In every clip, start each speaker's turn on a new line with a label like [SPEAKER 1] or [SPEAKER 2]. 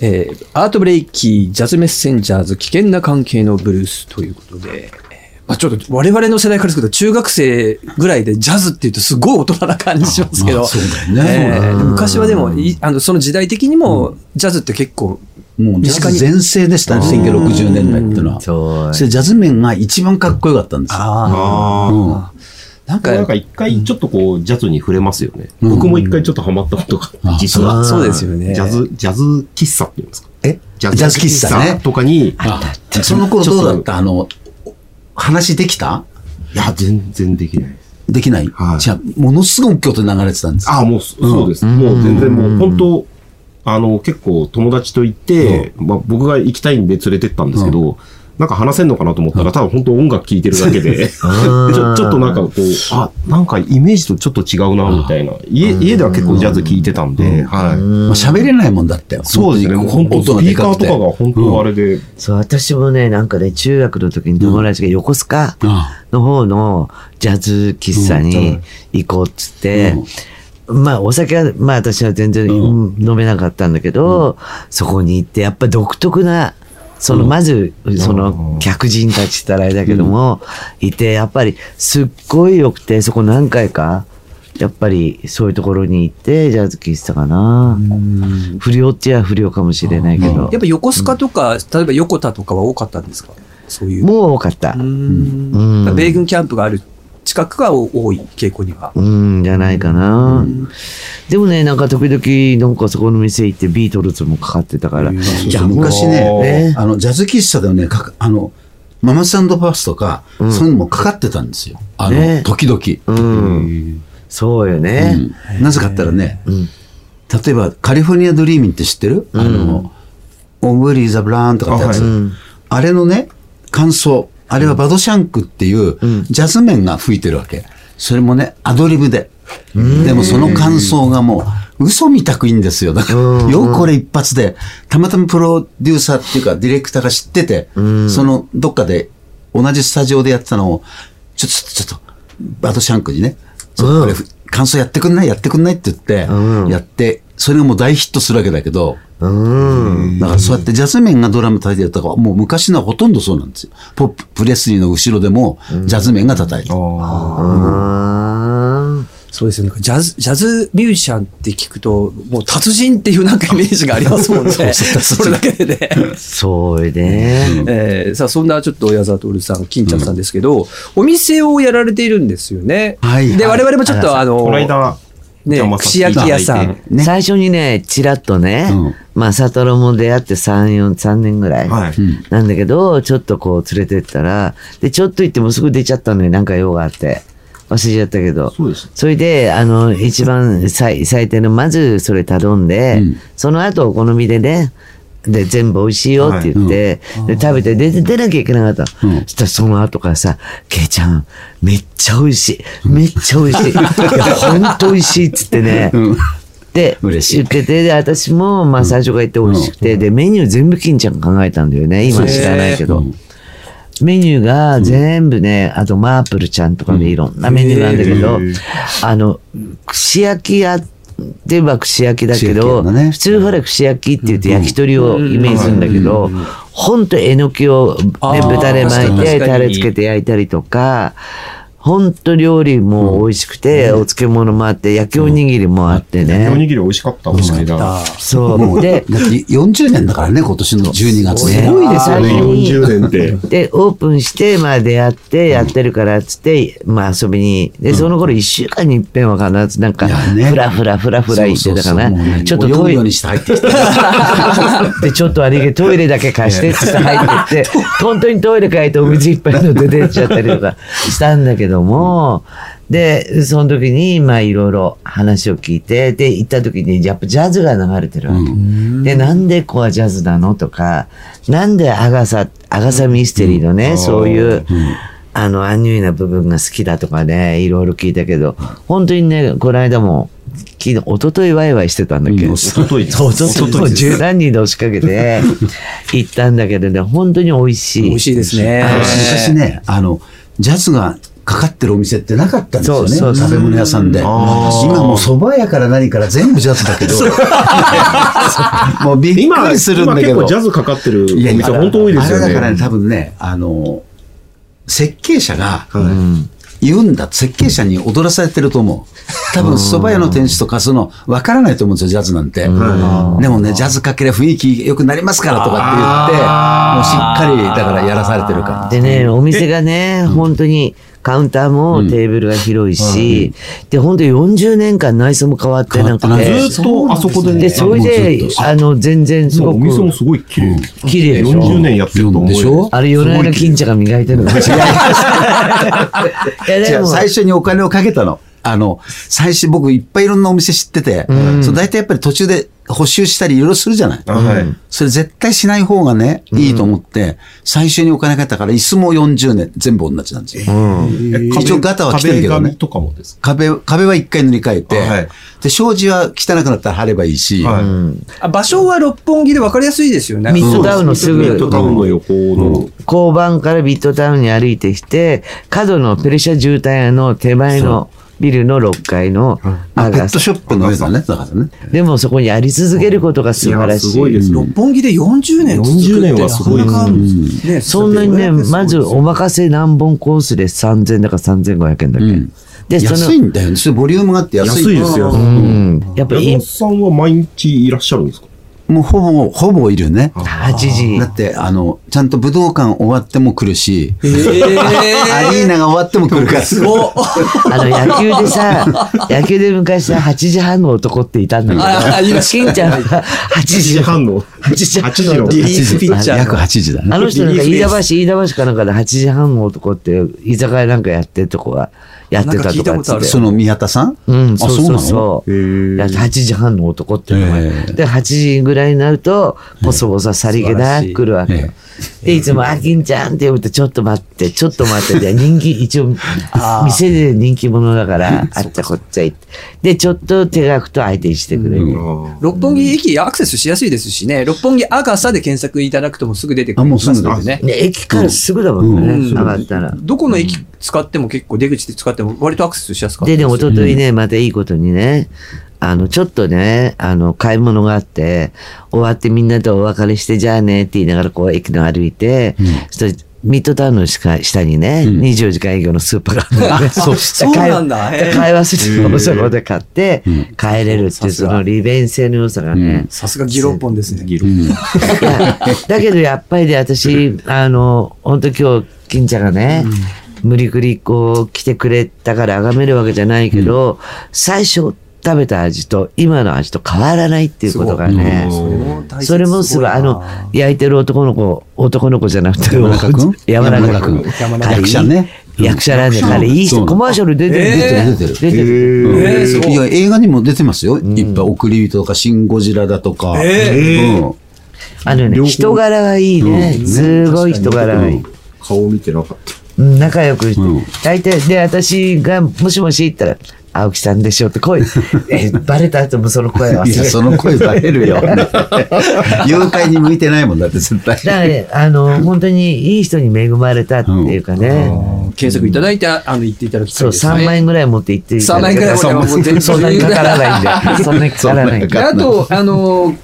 [SPEAKER 1] えーアートブレイキー、ジャズメッセンジャーズ、危険な関係のブルースということで、えーまあ、ちょっと我々の世代からすると中学生ぐらいでジャズっていうとすごい大人な感じしますけど、
[SPEAKER 2] まあそうだよね
[SPEAKER 1] えー昔はでもいあのその時代的にもジャズって結構、
[SPEAKER 2] もうジャズ全盛でしたね、1960年代っていうのは。
[SPEAKER 3] そう
[SPEAKER 2] そしてジャズ面が一番かっこよかったんですよ。
[SPEAKER 4] ああ。
[SPEAKER 2] うん
[SPEAKER 1] なんか
[SPEAKER 4] なんか一回ちょっとこう、ジャズに触れますよね。僕も一回ちょっとハマったことがあって、実は。
[SPEAKER 1] そうですよね
[SPEAKER 4] ジャズ、ジャズ喫茶って言うんですか
[SPEAKER 2] え
[SPEAKER 4] ジ
[SPEAKER 2] ジャズ喫茶ね
[SPEAKER 4] とかに、い
[SPEAKER 2] その頃どうだっ
[SPEAKER 4] ちょっと
[SPEAKER 2] たあの、話できた
[SPEAKER 4] や、全然できないです。
[SPEAKER 2] できない、
[SPEAKER 4] はい
[SPEAKER 2] じゃあ、ものすごく京都で流れてたんですよ
[SPEAKER 4] ああ、もうそそうです。もう全然もう、本当あの、結構友達と行って、まあ僕が行きたいんで連れてったんですけど、なんか話せんのかなと思ったら、多分本当音楽聴いてるだけで、でちょちょっとなんかこう、あ、なんかイメージとちょっと違うな、みたいな。家、家では結構ジャズ聴いてたんで、はい。
[SPEAKER 2] まあ、喋れないもんだったよ。
[SPEAKER 4] そうですね。もう本当
[SPEAKER 2] 音
[SPEAKER 4] ス
[SPEAKER 2] が
[SPEAKER 4] ピ
[SPEAKER 2] で
[SPEAKER 4] ーカ
[SPEAKER 2] か
[SPEAKER 4] ー
[SPEAKER 2] く
[SPEAKER 4] と
[SPEAKER 2] て。
[SPEAKER 4] かが本当あれで、
[SPEAKER 3] そう、私もね、なんかね、中学の時に友達が横須賀
[SPEAKER 2] あ
[SPEAKER 3] の方のジャズ喫茶に行こうっつって、まあお酒は、まあ私は全然、うん飲めなかったんだけど、そこに行って、やっぱ独特な、その、まず、その、客人たちって言ったらあれだけども、いて、やっぱり、すっごい良くて、そこ何回か、やっぱり、そういうところに行って、ジャズ喫茶かな。不良ってや不良かもしれないけど
[SPEAKER 1] やっ、ぱ横須賀とか、例えば横田とかは多かったんですかそういう。
[SPEAKER 3] もう多かった
[SPEAKER 1] う。ん
[SPEAKER 3] うん
[SPEAKER 1] だから米軍キャンプがある近くが多い傾向には。
[SPEAKER 3] うん、じゃないかな。でもね、なんか時々、なんかそこの店行ってビートルズもかかってたから。
[SPEAKER 2] そうそう昔ね
[SPEAKER 3] ね、
[SPEAKER 2] あの、ジャズ喫茶ではね、かかあの、ママスパースとか、そういうのもかかってたんですよ。あの、
[SPEAKER 3] ね
[SPEAKER 2] 時々。
[SPEAKER 3] うん。そうよ
[SPEAKER 2] う
[SPEAKER 3] ね。
[SPEAKER 2] んなぜかったらね、
[SPEAKER 3] ん
[SPEAKER 2] 例えば、カリフォルニアドリーミングって知ってる、あの、オブリー・ザ・ブラーンとかってやつ。
[SPEAKER 4] あ
[SPEAKER 2] あ,、
[SPEAKER 4] はい
[SPEAKER 2] れのね、感想。あれはバドシャンクっていう、ジャズ面が吹いてるわけ。それもね、アドリブで。でもその感想がもう、嘘みたくいいんですよ。だから、よくこれ一発で、たまたまプロデューサーっていうか、ディレクターが知ってて、その、どっかで、同じスタジオでやってたのを、ちょっと、ちょっと、ちょっとバドシャンクにね、ちょっとこれ、感想やってくんないやってくんないって言って、やって、それがもう大ヒットするわけだけど、だからそうやってジャズメンがドラム叩いてるとか、もう昔のはほとんどそうなんですよ。ポップ、プレスリーの後ろでも、ジャズメンが叩いてる。
[SPEAKER 3] あ
[SPEAKER 1] そうですよね。ジャズ、ジャズミュージシャンって聞くと、もう達人っていうなんかイメージがありますもん ね。それだけでね。
[SPEAKER 3] ーそうよね。
[SPEAKER 1] えーさあ、そんなちょっと矢沢徹さん、金ちゃんさんですけど、お店をやられているんですよね。
[SPEAKER 2] はい
[SPEAKER 1] で、
[SPEAKER 2] は
[SPEAKER 1] 我
[SPEAKER 2] い
[SPEAKER 1] 々もちょっとあの、
[SPEAKER 4] この間、
[SPEAKER 1] ね、串焼き屋さん。。
[SPEAKER 2] ね
[SPEAKER 3] 最初にね、ちらっとね、
[SPEAKER 2] うん
[SPEAKER 3] まあ、サトロも出会って3、4、3年ぐらい。
[SPEAKER 4] はい。
[SPEAKER 3] なんだけど、ちょっとこう連れてったら、で、ちょっと行ってもすぐ出ちゃったのよ、なんか用があって。忘れちゃったけど。
[SPEAKER 4] そうです
[SPEAKER 3] それで、あの、一番最最低の、まずそれ頼んで、その後お好みでね、で、全部美味しいよって言って、で食べて、で、出なきゃいけなかったの。そしたらその後からさ、ケイちゃん、めっちゃ美味しい。めっちゃ美味 しい。いや、ほんと美味しいっつってね。で、
[SPEAKER 2] 嬉しい
[SPEAKER 3] 言ってて、で、私も、まあ、最初から言って美味しくて、で、メニュー全部金ちゃんが考えたんだよね。今知らないけど。メニューが全部ね、あとマープルちゃんとかね、いろんなメニューなんだけど、あの、串焼き屋って言えば串焼きだけ
[SPEAKER 2] 串焼き屋
[SPEAKER 3] ど、
[SPEAKER 2] だね
[SPEAKER 3] 普通ほら串焼きって言って焼き鳥をイメージするんだけど、ほんとえのきを、ね、
[SPEAKER 1] あー
[SPEAKER 3] 豚で巻いて、
[SPEAKER 1] 確かに
[SPEAKER 3] タレつけて焼いたりとか、ほんと料理も美味しくて、お漬物もあって、焼きおにぎりもあってね。
[SPEAKER 4] おにぎり美味しかった、この間。
[SPEAKER 3] そう。 で、
[SPEAKER 2] だって40年だからね、今年の12月
[SPEAKER 3] ね
[SPEAKER 2] ね。
[SPEAKER 3] 最初に
[SPEAKER 4] 40年って。
[SPEAKER 3] で、オープンして、まあ出会って、やってるから、つって、まあ遊びに。で、その頃一週間に一遍は必ず、なんか、
[SPEAKER 2] いやね
[SPEAKER 3] ふらふらふらふら行ってたかな。ちょっとト
[SPEAKER 2] 遠い
[SPEAKER 3] イ
[SPEAKER 2] よう
[SPEAKER 3] レ
[SPEAKER 2] に、して入ってきた。
[SPEAKER 3] で、ちょっとあれトイレだけ貸して、つって入ってって、本当にトイレ借りてお水いっぱいの出てっちゃったりとかしたんだけども、で、その時に、まあいろいろ話を聞いて、で、行った時に、やっぱジャズが流れてるわけ。で、なんでコアジャズなのとか、なんでアガサ、アガサミステリーのね、そういう、あの、アンニュイな部分が好きだとかね、いろいろ聞いたけど、本当にね、この間も、昨日、一昨日ワイワイしてたんだけど、
[SPEAKER 4] 一 昨日
[SPEAKER 3] そう、ちょっと十何人で押しかけて行ったんだけどね、本当に美味しい。
[SPEAKER 1] 美味しいですね
[SPEAKER 2] あの。昔ね、あの、ジャズがかかってるお店ってなかったんですよね。
[SPEAKER 3] そうそうそう
[SPEAKER 2] 食べ物屋さんで。今
[SPEAKER 4] あー
[SPEAKER 2] もう蕎麦屋から何から全部ジャズだけど。 もうびっ
[SPEAKER 4] 今、
[SPEAKER 2] くりするんだけど。
[SPEAKER 4] 今結構ジャズかかってるお
[SPEAKER 2] いや
[SPEAKER 4] 店本当多いですよね。
[SPEAKER 2] あれだからね、多分ね、あの、設計者が
[SPEAKER 3] うん
[SPEAKER 2] 言うんだ、設計者に踊らされてると思う。多分、蕎麦屋の店主とか、その、わからないと思うんですよ、ジャズなんて。でもね、ジャズかけりゃ雰囲気良くなりますからとかって言って、もうしっかり、だからやらされてるから。
[SPEAKER 3] でね、お店がね、本当にカウンターもテーブルが広いし、で、本当40年間内装も変わってなく
[SPEAKER 2] 変わって
[SPEAKER 4] ず
[SPEAKER 2] ない
[SPEAKER 3] て、
[SPEAKER 4] ーっとあそこでね。
[SPEAKER 3] で、それ
[SPEAKER 2] も
[SPEAKER 3] で
[SPEAKER 2] うずっ、と
[SPEAKER 3] あの、全然す
[SPEAKER 4] そう
[SPEAKER 3] ご
[SPEAKER 4] お店も
[SPEAKER 3] く
[SPEAKER 4] すごい綺麗。
[SPEAKER 3] 綺麗でしょ
[SPEAKER 4] 40年やってると思うよ
[SPEAKER 2] でしょ
[SPEAKER 3] あれ、夜な夜な金ちゃんが 磨いてるのかしら。いや、
[SPEAKER 2] じ
[SPEAKER 3] で
[SPEAKER 2] ゃあ
[SPEAKER 3] も、
[SPEAKER 2] 最初にお金をかけたの。あの、最初僕いっぱいいろんなお店知ってて、そう大体やっぱり途中で補修したりいろいろするじゃない。
[SPEAKER 4] あはい
[SPEAKER 2] それ絶対しない方がね、いいと思って、最初にお金かけたから椅子も40年全部同じなんですよ。
[SPEAKER 4] え
[SPEAKER 2] 一応ガタは来てるけどね
[SPEAKER 4] 壁紙とかもですか
[SPEAKER 2] 壁、壁は一回塗り替えて、
[SPEAKER 4] はい
[SPEAKER 2] で、障子は汚くなったら貼ればいいし、
[SPEAKER 4] はい
[SPEAKER 1] あ場所は六本木で分かりやすいですよね。
[SPEAKER 3] ミッドタウンのす
[SPEAKER 4] ミッド
[SPEAKER 3] ぐ、
[SPEAKER 4] タウンの横の、
[SPEAKER 3] 交番からビットタウンに歩いてきて、角のペルシャ渋滞屋の手前のビルの6階の
[SPEAKER 2] ま
[SPEAKER 3] 長
[SPEAKER 2] あ、ペ
[SPEAKER 3] さ
[SPEAKER 2] ットショップの上だね、だからね。
[SPEAKER 3] でもそこにやり続けることが素晴らし
[SPEAKER 4] すごい
[SPEAKER 3] い。
[SPEAKER 4] ですね。
[SPEAKER 1] 六本木で40年続くって
[SPEAKER 4] 40年はすごいです
[SPEAKER 1] な
[SPEAKER 4] ね
[SPEAKER 1] かなかね
[SPEAKER 3] そんなにね、まずお任せ何本コースで3000だか3500円だっけ。
[SPEAKER 2] うん
[SPEAKER 3] で、そ
[SPEAKER 2] 安い
[SPEAKER 3] の、
[SPEAKER 2] んだよね。それボリュームがあって安い。
[SPEAKER 4] 安いですよ。
[SPEAKER 3] うん、やっぱ
[SPEAKER 4] 山
[SPEAKER 3] り
[SPEAKER 4] 本さんは毎日いらっしゃるんですか
[SPEAKER 2] もうほぼ、ほぼいるね。
[SPEAKER 3] 8時
[SPEAKER 2] だ。って、あの、ちゃんと武道館終わっても来るし、
[SPEAKER 1] え
[SPEAKER 2] アリー
[SPEAKER 1] ー、
[SPEAKER 2] ナが終わっても来るから。
[SPEAKER 1] すごっ
[SPEAKER 3] あの、野球でさ、野球で昔さ、8時半の男っていたんだ
[SPEAKER 1] あい
[SPEAKER 3] けど、
[SPEAKER 1] ました
[SPEAKER 3] 金ちゃんが8
[SPEAKER 4] ?8 時
[SPEAKER 3] 時半。
[SPEAKER 4] 半の。
[SPEAKER 3] 8時半
[SPEAKER 4] 8時の
[SPEAKER 3] 8
[SPEAKER 1] リリースピッチャー
[SPEAKER 2] 約
[SPEAKER 1] の
[SPEAKER 2] 8時だね。
[SPEAKER 3] あの人なんか、飯田橋、飯田橋かなんかで8時半の男って、居酒屋なんかやってるとこが、やってたとかっつ
[SPEAKER 1] なんか聞いたことあ
[SPEAKER 3] っ
[SPEAKER 1] る
[SPEAKER 3] て。
[SPEAKER 2] その宮田さん
[SPEAKER 3] うん、そうそう
[SPEAKER 2] あ、そうなの
[SPEAKER 3] そう。だって8時半の男っていうのが、
[SPEAKER 2] え
[SPEAKER 3] で、8時ぐらいになると、ぼそぼそさりげなく来るわけ。
[SPEAKER 2] 素晴ら
[SPEAKER 3] で、いつも、あ、金ちゃんって呼ぶと、ちょっと待って、ちょっと待って、で、人気、一応、店で人気者だから、あっちゃこっちゃ行って。で、ちょっと手が空くと相手にしてくれる。
[SPEAKER 1] 六本木駅アクセスしやすいですしね、六本木赤さで検索いただくともすぐ出てくる
[SPEAKER 2] あもうすぐ出てくる
[SPEAKER 1] ますのでね。
[SPEAKER 3] で、駅からすぐだもんね、
[SPEAKER 1] うん
[SPEAKER 3] 上がったら。
[SPEAKER 1] どこの駅使っても結構出口で使っても割とアクセスしやすかった
[SPEAKER 3] でね、
[SPEAKER 1] す
[SPEAKER 3] おとといね、またいいことにね、あの、ちょっとね、あの、買い物があって、終わってみんなとお別れして、じゃあねって言いながら、こう、駅の歩いて、そして、ミッドタウンの下下にね、24時間営業のスーパーがあるんだよね。そう
[SPEAKER 1] そうなんだへえ
[SPEAKER 3] 買い忘れて、そこで買って、帰れるっていう、その利便性の良さがね。
[SPEAKER 1] さすがギロッポンですね。
[SPEAKER 3] いやだけどやっぱりで私あの本当今日金ちゃんがね、無理くりこう来てくれたから崇めるわけじゃないけど、最初食べた味と今の味と変わらないっていうことがね
[SPEAKER 1] それも大切
[SPEAKER 3] それもすごいあの焼いてる男の子男の子じゃなくて
[SPEAKER 2] 山中君
[SPEAKER 3] 山中
[SPEAKER 2] 山
[SPEAKER 3] 君
[SPEAKER 2] 中
[SPEAKER 1] 君
[SPEAKER 3] 彼
[SPEAKER 2] 役者ね
[SPEAKER 3] 役者なんで彼いい人
[SPEAKER 2] そうなの
[SPEAKER 3] コマーシャル出てる
[SPEAKER 1] え
[SPEAKER 2] ー出てる
[SPEAKER 3] 出てる
[SPEAKER 1] えー、すご
[SPEAKER 2] い
[SPEAKER 1] い
[SPEAKER 2] や、映画にも出てますよ。いっぱい、送り人とか、シン・ゴジラだとか。
[SPEAKER 1] え
[SPEAKER 2] うん
[SPEAKER 3] あのね
[SPEAKER 4] 両方
[SPEAKER 3] 人柄がいいねすごい人柄がいい
[SPEAKER 4] 顔見てなかっ
[SPEAKER 3] うん仲良くして、
[SPEAKER 2] うん
[SPEAKER 3] 大体で私が「もしもし」って言ったら「青木さんでしょ」って 声えバレた後もその声は忘れ
[SPEAKER 2] いや、
[SPEAKER 3] て
[SPEAKER 2] その声バレ るよ。妖怪に向いてないもんだって、絶
[SPEAKER 3] だ
[SPEAKER 2] 対。
[SPEAKER 3] からねあの本当にいい人に恵まれたっていうかね、
[SPEAKER 1] 検索いただいて、あの、言っていただきた
[SPEAKER 3] そ
[SPEAKER 1] いうですね。
[SPEAKER 3] 3万円ぐらい持って行ってい
[SPEAKER 1] 3万円ぐらい持ってもう全然
[SPEAKER 3] そんなにかからないん でそんなにかからないん
[SPEAKER 2] そんなにか
[SPEAKER 1] で
[SPEAKER 3] で
[SPEAKER 1] あと、あの、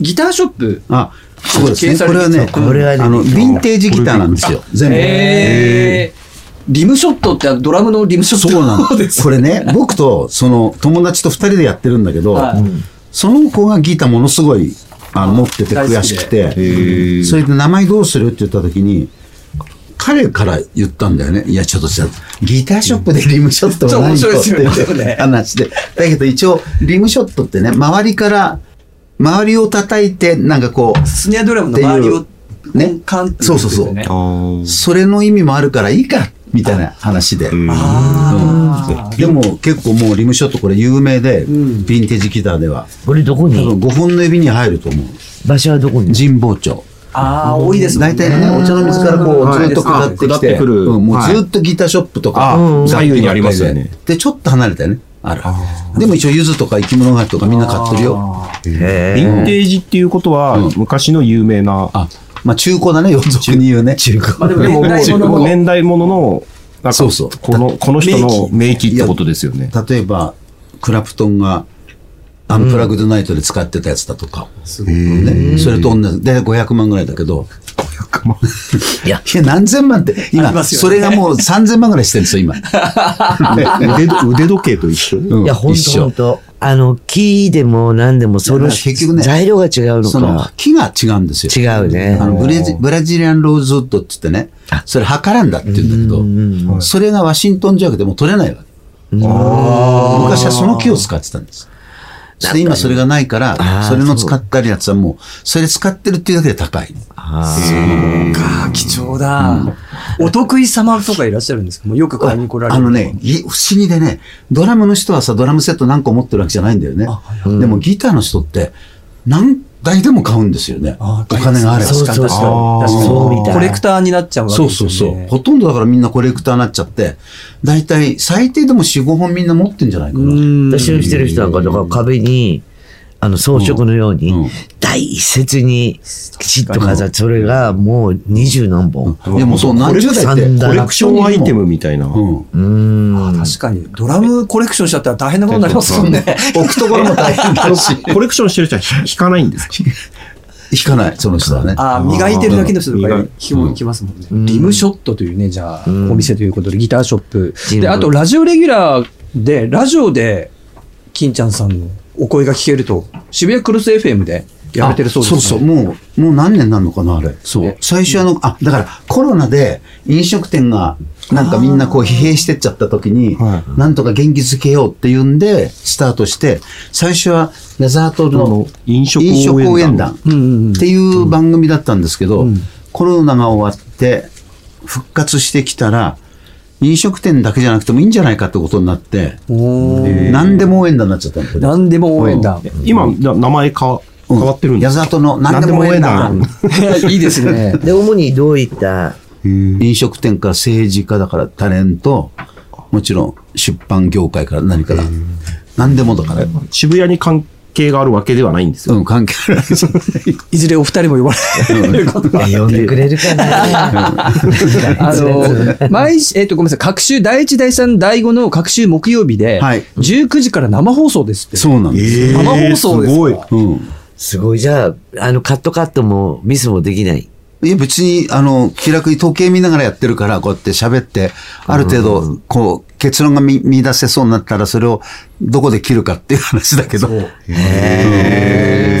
[SPEAKER 1] ギターショップ。
[SPEAKER 2] あ、そうですね。これはね、
[SPEAKER 1] こ
[SPEAKER 3] れはね
[SPEAKER 2] あの、ヴィンテージギターなんですよ。全部。
[SPEAKER 1] えー、リムショットってあのドラムのリムショット
[SPEAKER 2] そうなんで。
[SPEAKER 1] ですす。
[SPEAKER 2] これね、僕とその友達と二人でやってるんだけど、
[SPEAKER 1] はい
[SPEAKER 2] うんその子がギターものすごいあの持ってて
[SPEAKER 1] 大好きで
[SPEAKER 2] 悔しくて、それで名前どうするって言った時に、彼から言ったんだよね。いや、ちょっとさ、ギターショップでリムショットは何
[SPEAKER 1] うん
[SPEAKER 2] と
[SPEAKER 1] そ
[SPEAKER 2] っ
[SPEAKER 1] う面
[SPEAKER 2] て
[SPEAKER 1] 白いですよね
[SPEAKER 2] いう話で。だけど一応、リムショットってね、周りから、周りを叩いて、なんかこう、
[SPEAKER 1] スネアドラムの周り
[SPEAKER 2] っ
[SPEAKER 1] を
[SPEAKER 2] ていうね
[SPEAKER 1] カンって
[SPEAKER 2] そうそうそう
[SPEAKER 1] ことです
[SPEAKER 4] た。
[SPEAKER 1] よね
[SPEAKER 2] それの意味もあるからいいか、みたいな話で。
[SPEAKER 1] あ
[SPEAKER 2] でも結構もうリムショットこれ有名で、
[SPEAKER 1] ん
[SPEAKER 2] ヴィンテージギターでは
[SPEAKER 3] これどこ
[SPEAKER 2] 多分
[SPEAKER 3] に
[SPEAKER 2] 5本の指に入ると思う
[SPEAKER 3] 場所はどこに
[SPEAKER 2] 神保町
[SPEAKER 1] ーあー、多いですもん
[SPEAKER 2] 大体ねお茶の水からこう
[SPEAKER 4] はい
[SPEAKER 2] ずっと下って
[SPEAKER 4] 下
[SPEAKER 2] き
[SPEAKER 4] って
[SPEAKER 2] て
[SPEAKER 4] くる
[SPEAKER 2] うんもう
[SPEAKER 4] はい
[SPEAKER 2] ずっとギターショップとか
[SPEAKER 4] あ
[SPEAKER 2] うん
[SPEAKER 4] 左右にありますよね
[SPEAKER 2] でちょっと離れてねあるでも一応ゆずとか生き物がとかみんな買ってるよ
[SPEAKER 4] ヴィンテージっていうことは、昔の有名な、
[SPEAKER 2] あまあ中古だね四足に言うね中古
[SPEAKER 1] まあでも
[SPEAKER 4] もう
[SPEAKER 1] 年代物の
[SPEAKER 4] もう年代もののなんか
[SPEAKER 2] そうそう
[SPEAKER 4] この、この人の名機ってことですよね。
[SPEAKER 2] 例えば、クラプトンがアンプラグドナイトで使ってたやつだとか、ね、それと同じ、で500万ぐらいだけど、いや、いや何千万って、
[SPEAKER 1] あ
[SPEAKER 2] 今、
[SPEAKER 1] りますよ
[SPEAKER 2] そ
[SPEAKER 1] ね
[SPEAKER 2] れがもう3000万ぐらいしてるんですよ、今。
[SPEAKER 4] 腕ど腕時計と一緒
[SPEAKER 2] うん
[SPEAKER 3] いや、本
[SPEAKER 2] 一
[SPEAKER 3] 当
[SPEAKER 2] 緒
[SPEAKER 3] 本当あの、木でも何でも、その、
[SPEAKER 2] いや結局ね
[SPEAKER 3] 材料が違うの
[SPEAKER 2] その
[SPEAKER 3] か。
[SPEAKER 2] 木が違うんですよ。
[SPEAKER 3] 違うね
[SPEAKER 2] あのブレジブラジリアンローズウッドって言ってね、それ測らんだって言うんだけど、それがワシントン条約でもう取れないわけ。昔はその木を使ってたんです。そして今それがないから、
[SPEAKER 3] ー
[SPEAKER 2] それの使ったやつはもう、それ使ってるっていうだけで高い。
[SPEAKER 1] か貴重だ、お得意様とかいらっしゃるんですかもうよく買いに来られる
[SPEAKER 2] あのね、ぎ不思議でね、ドラムの人はさ、ドラムセット何個持ってるわけじゃないんだよね。でもギターの人って、何台でも買うんですよね。お
[SPEAKER 1] あー
[SPEAKER 2] 金があれば。
[SPEAKER 3] そうそう
[SPEAKER 1] 確かに確かに
[SPEAKER 3] そうみたい
[SPEAKER 1] コレクターになっちゃうわけ
[SPEAKER 2] そ
[SPEAKER 1] で
[SPEAKER 2] う
[SPEAKER 1] す
[SPEAKER 2] そ
[SPEAKER 1] よ
[SPEAKER 2] う
[SPEAKER 1] ね
[SPEAKER 2] そう。ほとんどだからみんなコレクターになっちゃって、大体最低でも4、5本みんな持ってんじゃないかな。
[SPEAKER 1] うん
[SPEAKER 3] 私のしてる人なんか、だから壁に、あの、装飾のよう
[SPEAKER 2] うんう
[SPEAKER 3] に
[SPEAKER 2] ん、
[SPEAKER 3] 大切に、きちっと飾って、それがもう二十何本。
[SPEAKER 2] でもそう、何十台って
[SPEAKER 3] コ
[SPEAKER 4] コ
[SPEAKER 3] レ
[SPEAKER 4] レ
[SPEAKER 3] ク
[SPEAKER 4] クションアイテ。ムみたいな。
[SPEAKER 2] うん。
[SPEAKER 3] うーん。
[SPEAKER 1] 確かにドラムコレクションしちゃったら大変なことになります もんね
[SPEAKER 2] 置くところも大変だし。
[SPEAKER 4] コレクションしてる人はひ引かないんですか
[SPEAKER 2] 弾かない、その人はね。
[SPEAKER 1] あー磨いてるだけの人とか
[SPEAKER 4] 磨い
[SPEAKER 1] 気もきますもんね、リムショットというね、じゃあ、お店ということで、ギターショップ。
[SPEAKER 3] ム
[SPEAKER 1] で、あと、ラジオレギュラーで、ラジオで、金ちゃんさんのお声が聞けると、渋谷クロス FM でやめてるそうです、ね。
[SPEAKER 2] あそうそう、もう、もう何年になるのかな、あれ。そう
[SPEAKER 1] え。
[SPEAKER 2] 最初あの、あ、だからコロナで飲食店が、なんかみんなこう疲弊してっちゃった時に、
[SPEAKER 4] は
[SPEAKER 2] なんとか元気づけようっていうんで、スタートして、最初はデザート
[SPEAKER 4] あ
[SPEAKER 2] の
[SPEAKER 4] の飲食応援団
[SPEAKER 2] 飲食応援団
[SPEAKER 1] うんうんうん
[SPEAKER 2] っていう番組だったんですけど、コロナが終わって、復活してきたら、飲食店だけじゃなくてもいいんじゃないかってことになって、
[SPEAKER 1] おー
[SPEAKER 2] 何でも応援団になっちゃったんですよね。
[SPEAKER 1] 何でも応援団。
[SPEAKER 4] 今、な名前か変わってるんで
[SPEAKER 2] 矢
[SPEAKER 4] すか
[SPEAKER 2] 沢との何でも応援団
[SPEAKER 4] 何でも応。
[SPEAKER 1] いいですね。
[SPEAKER 3] で、主にどういった、
[SPEAKER 2] 飲食店から政治家だからタレント、もちろん出版業界から何から、何でもだから、
[SPEAKER 4] 渋谷に関係があるわけではないんですよ。
[SPEAKER 2] うん、関係ないです。
[SPEAKER 1] いずれお二人も呼ばれることが
[SPEAKER 3] 呼んでくれるかな
[SPEAKER 1] あの、 毎週、えっ、と、ごめんなさい、各週、第1、第3、第5の各週木曜日で、
[SPEAKER 2] はい
[SPEAKER 1] 19時から生放送ですって。
[SPEAKER 2] そうなんです。
[SPEAKER 1] 生放送ですか
[SPEAKER 4] ごい。
[SPEAKER 2] うん。
[SPEAKER 3] すごい、じゃあ、あの、カットカットもミスもできない。
[SPEAKER 2] いや別に、あの、気楽に時計見ながらやってるから、こうやって喋って、ある程度、こう、結論が見見出せそうになったら、それをどこで切るかっていう話だけど、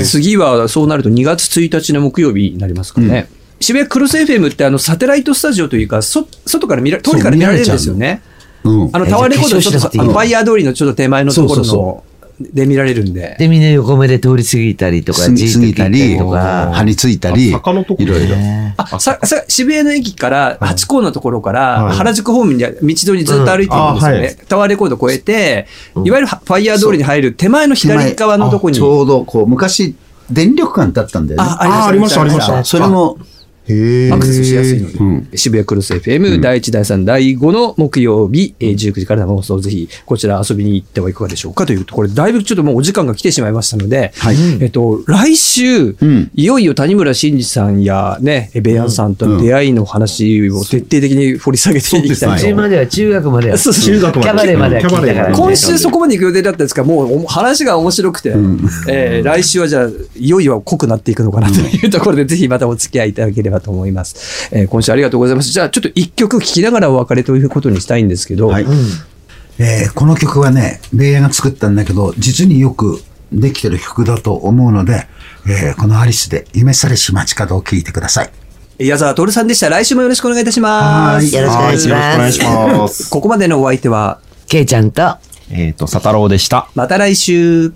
[SPEAKER 1] 次はそうなると2月1日の木曜日になりますかね。渋谷クロス FM ってあのサテライトスタジオというか、そ外から見られ、通りから見られるんですよね。
[SPEAKER 2] うん
[SPEAKER 1] あ。のタワーレコードのちょっ
[SPEAKER 3] 化粧しなくていい
[SPEAKER 1] と、あ
[SPEAKER 3] の
[SPEAKER 1] のファイヤー通りのちょっと手前のところ
[SPEAKER 2] そうそ
[SPEAKER 1] ので見られるんで。
[SPEAKER 3] で、みんな横目で通り過ぎたりとか、
[SPEAKER 2] す
[SPEAKER 3] じーっと
[SPEAKER 2] 過
[SPEAKER 3] 聞い
[SPEAKER 2] ぎ
[SPEAKER 3] た
[SPEAKER 2] た
[SPEAKER 3] り
[SPEAKER 2] り、
[SPEAKER 3] とか。
[SPEAKER 2] 歯についたり、い
[SPEAKER 4] 坂のとこ
[SPEAKER 2] ろいろ。
[SPEAKER 1] あささ渋谷の駅から八甲のところから
[SPEAKER 4] はい
[SPEAKER 1] 原宿方面に道沿いにずっと歩いてるんですよね。
[SPEAKER 4] うんあはい
[SPEAKER 1] タワーレコード越えて、いわゆるファイヤー通りに入る手前の左側のとこに。
[SPEAKER 2] ちょうど、こう、昔、電力館だったんだよね。
[SPEAKER 4] あありました、ありまし
[SPEAKER 3] あ
[SPEAKER 4] た。
[SPEAKER 2] それも、
[SPEAKER 4] へえ
[SPEAKER 1] アクセスしやすいので、渋谷クロス FM、第1、第3、第5の木曜日、えー19時から生放送、ぜひこちら遊びに行ってはいかがでしょうかというところで、だいぶちょっともうお時間が来てしまいましたので、えっと、来週、
[SPEAKER 2] ん
[SPEAKER 1] いよいよ谷村新司さんやね、ベアンさんとの出会いの話を徹底的に掘り下げていきたいと
[SPEAKER 3] 中までは中学までは。
[SPEAKER 1] そうそう
[SPEAKER 4] 中学まで
[SPEAKER 3] キャバレーまでは聞いたからね
[SPEAKER 4] キャバレーまで
[SPEAKER 1] 今週そこまで行く予定だったんですが、もうお話が面白くて、えー来週はじゃあ、いよいよ濃くなっていくのかなというところで、ぜひまたお付き合いいただければと思います。えー今週ありがとうございます。じゃあ、ちょっと一曲聴きながらお別れということにしたいんですけど、
[SPEAKER 2] はいえーこの曲はね、ベイヤが作ったんだけど、実によくできてる曲だと思うので、えーこのアリスで夢されし街角を聴いてください。
[SPEAKER 1] 矢沢徹さんでした。来週もよろしくお願いいたします。
[SPEAKER 3] はいよろしくお願いします
[SPEAKER 4] はいよろしくお願いし ます。
[SPEAKER 1] ここまでのお相手は、
[SPEAKER 3] ケイちゃんと、
[SPEAKER 4] えっと、サタローでした。
[SPEAKER 1] また来週。